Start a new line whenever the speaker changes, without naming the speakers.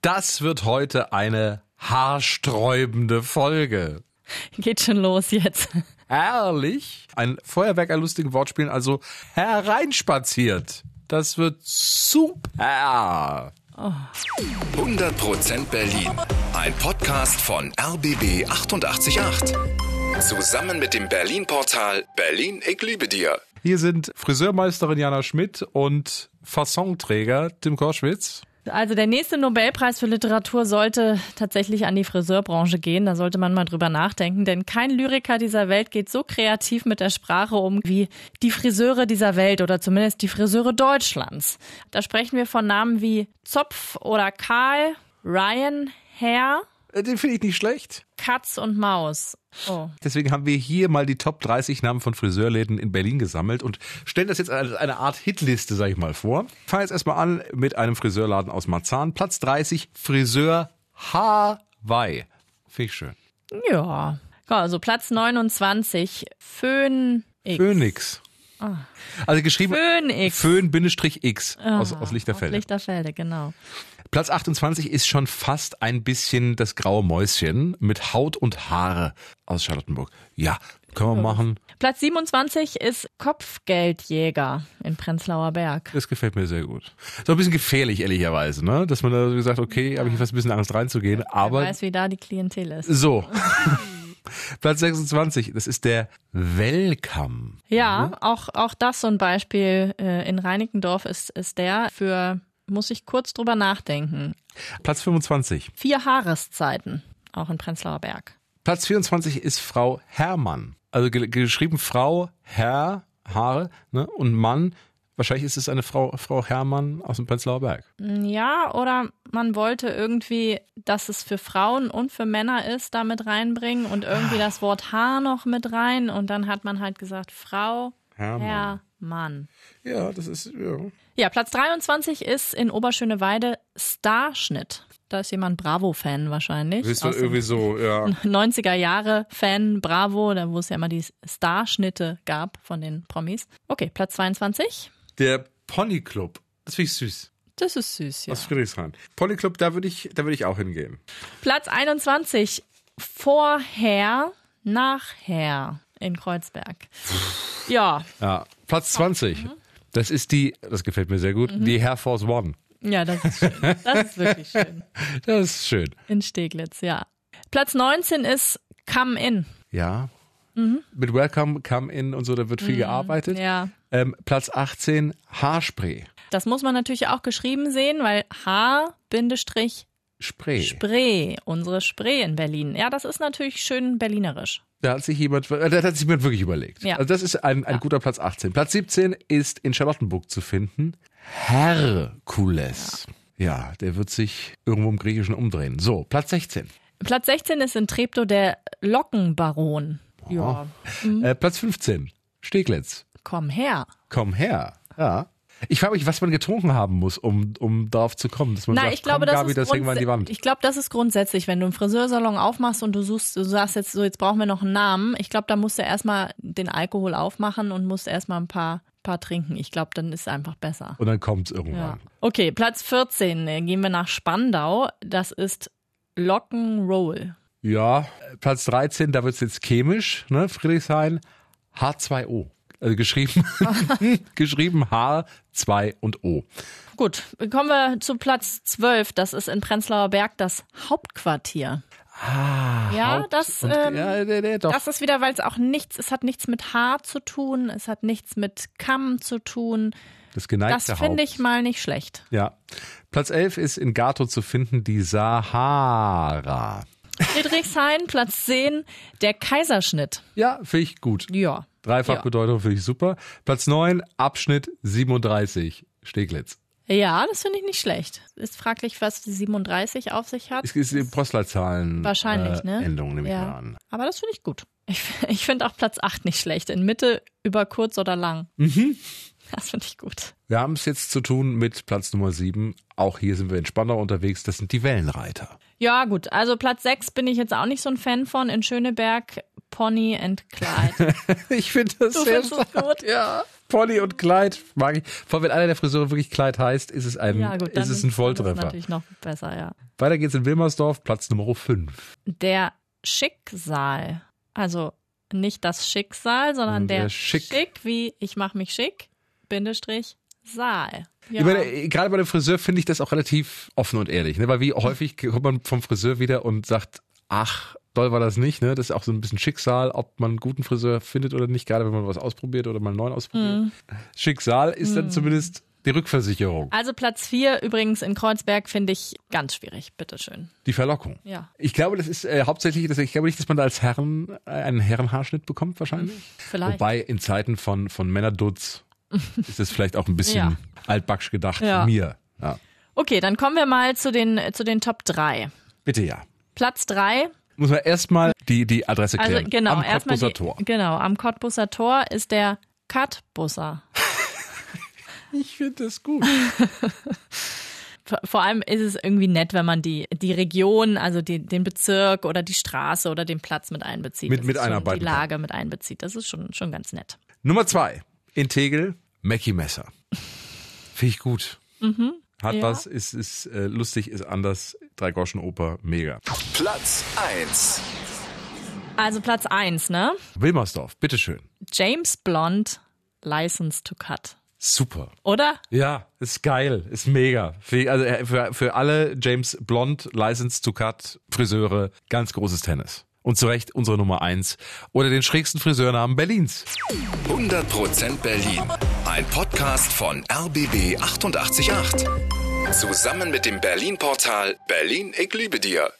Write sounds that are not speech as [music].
Das wird heute eine haarsträubende Folge.
Geht schon los jetzt.
Herrlich. Ein Feuerwerk an lustigen Wortspielen, also hereinspaziert. Das wird super.
100% Berlin. Ein Podcast von RBB 888. Zusammen mit dem Berlin-Portal Berlin, ich liebe dir.
Hier sind Friseurmeisterin Jana Schmidt und Fassonträger Tim Korschwitz.
Also der nächste Nobelpreis für Literatur sollte tatsächlich an die Friseurbranche gehen. Da sollte man mal drüber nachdenken, denn kein Lyriker dieser Welt geht so kreativ mit der Sprache um wie die Friseure dieser Welt oder zumindest die Friseure Deutschlands. Da sprechen wir von Namen wie Zopf oder Karl, Ryan, Herr,
Äh, Den finde ich nicht schlecht.
Katz und Maus. Oh.
Deswegen haben wir hier mal die Top 30 Namen von Friseurläden in Berlin gesammelt und stellen das jetzt als eine Art Hitliste, sag ich mal, vor. Fangen jetzt erstmal an mit einem Friseurladen aus Marzahn. Platz 30, Friseur Hawaii. Finde ich schön.
Ja. Also Platz 29, Föhn X.
Phoenix. Also geschrieben
Phönix.
Föhn-X aus, Ah, aus Lichterfelde.
Lichterfelde, genau.
Platz 28 ist schon fast ein bisschen das graue Mäuschen mit Haut und Haare aus Charlottenburg. Ja, können wir machen.
Platz 27 ist Kopfgeldjäger in Prenzlauer Berg.
Das gefällt mir sehr gut. So ein bisschen gefährlich, ehrlicherweise, ne? Dass man da so gesagt, okay, habe ich fast ein bisschen Angst reinzugehen,
Wer
aber
weiß, wie da die Klientel ist.
so. [laughs] Platz 26, das ist der Welcome.
Ja, auch, auch das so ein Beispiel äh, in Reinickendorf ist, ist der für, muss ich kurz drüber nachdenken,
Platz 25.
vier Haareszeiten, auch in Prenzlauer Berg.
Platz 24 ist Frau Herrmann. Also ge geschrieben Frau Herr Haare ne? und Mann. Wahrscheinlich ist es eine Frau, Frau Herrmann aus dem Prenzlauer Berg.
Ja, oder man wollte irgendwie, dass es für Frauen und für Männer ist, da mit reinbringen und irgendwie das Wort Haar noch mit rein und dann hat man halt gesagt Frau,
Herr,
Herr, Mann.
Ja, das ist. Ja.
Ja, Platz 23 ist in Oberschöneweide Starschnitt. Da ist jemand Bravo-Fan wahrscheinlich.
Bist du
Aus den
irgendwie so, ja.
90er Jahre Fan Bravo, da wo es ja immer die Starschnitte gab von den Promis. Okay, Platz 22.
Der Ponyclub. Das finde ich süß.
Das ist süß, ja.
Aus Friedrichshain. Ponyclub, da würde ich, da würde ich auch hingehen.
Platz 21. Vorher, nachher in Kreuzberg. Ja,
Ja. Platz 20.
Mhm.
Das ist die, das gefällt mir sehr gut, die Air Force One.
ja, das ist schön. Das ist wirklich schön.
Das ist schön.
In Steglitz, ja. Platz 19 ist Come In.
Ja. Mit Welcome, Come In und so, da wird viel gearbeitet.
Mhm. Ja.
Ähm, Platz 18, Haarspray.
Das muss man natürlich auch geschrieben sehen, weil H-Spray,
Spray.
unsere Spray in Berlin. Ja, das ist natürlich schön berlinerisch.
Da hat sich jemand, äh, da hat sich jemand wirklich überlegt.
Ja.
Also das ist ein, ein guter Platz 18. Platz 17 ist in Charlottenburg zu finden. Herkules. Ja. der wird sich irgendwo im Griechischen umdrehen. So, Platz 16.
Platz 16 ist in Treptow der Lockenbaron. Ja, Mhm.
Äh, Platz 15, Steglitz.
komm her.
Komm her. Ja. Ich frage mich, was man getrunken haben muss, um, um darauf zu kommen. Dass man
Na,
sagt,
ich glaube,
komm,
das
Gabi,
ist,
das hängen wir an die
grundsä-
Wand.
ich glaube, das ist grundsätzlich, wenn du einen Friseursalon aufmachst und du suchst, du sagst jetzt so, jetzt brauchen wir noch einen Namen. Ich glaube, da musst du erstmal den Alkohol aufmachen und musst erstmal ein paar, paar trinken. Ich glaube, dann ist es einfach besser.
Und dann kommt es
Ja.
irgendwann.
Okay, Platz 14. äh, Gehen wir nach Spandau. Das ist Lockenroll.
Ja, Platz 13, da wird es jetzt chemisch, ne? Friedrichshain, H2O. Also geschrieben, [laughs] geschrieben H, 2 und O.
Gut, kommen wir zu Platz 12. Das ist in Prenzlauer Berg das Hauptquartier.
Ah,
Ja,
Haupt-
das,
und,
ähm,
ja, nee, nee, doch.
Das ist wieder, weil es auch nichts, es hat nichts mit Haar zu tun, es hat nichts mit Kamm zu tun.
das geneigte
das finde ich
Haupt.
mal nicht schlecht.
Ja. Platz 11 ist in Gato zu finden die Sahara. [laughs]
Friedrichshain, Platz 10, der Kaiserschnitt.
Ja, finde ich gut.
Ja. Ja.
Dreifachbedeutung finde ich super. Platz 9, Abschnitt 37, Steglitz.
Ja, das finde ich nicht schlecht. Ist fraglich, was die 37 auf sich hat.
Es ist die Postleitzahlen
Wahrscheinlich,
äh,
ne?
Endung, nehme
Ja.
ich mal an.
Aber das finde ich gut. Ich, [laughs] ich finde auch Platz 8 nicht schlecht. In Mitte über kurz oder lang.
Mhm.
Das finde ich gut.
Wir haben es jetzt zu tun mit Platz Nummer 7. Auch hier sind wir in Spandau unterwegs. Das sind die Wellenreiter. [laughs]
Ja, gut. Also Platz 6 bin ich jetzt auch nicht so ein Fan von. In Schöneberg, Pony and Clyde.
[laughs] Ich finde das
Du
sehr
findest es
stark,
gut?
Ja. Pony und Kleid mag ich. Vor allem, wenn einer der Friseure wirklich Kleid heißt, ist es ein,
Ja, gut, dann
ist es ein
Das ist
Volltreffer.
natürlich noch besser, ja.
Weiter geht's in Wilmersdorf, Platz Nummer 5.
Der Schicksal. Also nicht das Schicksal, sondern
Hm, Der
der,
Schick.
Schick, wie ich mach mich schick, Bindestrich, Saal. Ja.
Ich meine, äh, gerade bei dem Friseur finde ich das auch relativ offen und ehrlich, ne? weil wie
[laughs]
häufig kommt man vom Friseur wieder und sagt, ach, doll war das nicht, ne? Das ist auch so ein bisschen Schicksal, ob man einen guten Friseur findet oder nicht, gerade wenn man was ausprobiert oder mal einen neuen
Mhm. Hm.
ausprobiert. Schicksal ist dann zumindest die Rückversicherung,
also Platz 4 übrigens in Kreuzberg finde ich ganz schwierig. Bitteschön.
die Verlockung.
Ja.
Ich glaube, das ist äh, hauptsächlich, das, ich glaube nicht, dass man da als Herren äh, einen Herrenhaarschnitt bekommt wahrscheinlich.
Mhm, Vielleicht.
Wobei in Zeiten von, von
[laughs]
Männerdutz ist das vielleicht auch ein bisschen
Ja.
altbacksch gedacht
Ja.
von mir. Ja.
Okay, dann kommen wir mal zu den, zu den Top 3.
Bitte ja.
Platz 3
Muss man erstmal die, die Adresse klären.
Also genau,
Am
erstmal
Cottbusser
die-
Tor.
Genau, am Cottbusser Tor ist der Cottbusser.
Ich finde das gut.
V- Vor allem ist es irgendwie nett, wenn man die, die Region, also die, den Bezirk oder die Straße oder den Platz mit einbezieht.
Mit-
Das
mit
ist schon
einarbeiten
Die Lage mit einbezieht. Das ist schon, schon ganz nett.
Nummer zwei. In Tegel, Mackie Messer. Finde ich gut. Hat
Mhm. ja.
was, ist, ist äh, lustig, ist anders. Drei Groschen Oper, mega.
Platz 1.
Also Platz 1, ne?
Wilmersdorf, bitteschön.
James Blond, License to Cut.
Super.
Oder?
Ja, ist geil, ist mega. Für, also äh, für, für alle James Blond, License to Cut, Friseure, ganz großes Tennis. Und zu Recht unsere Nummer eins. Oder den schrägsten Friseurnamen Berlins.
100% Berlin. Ein Podcast von RBB 888. Zusammen mit dem Berlin Portal Berlin, ich liebe dir.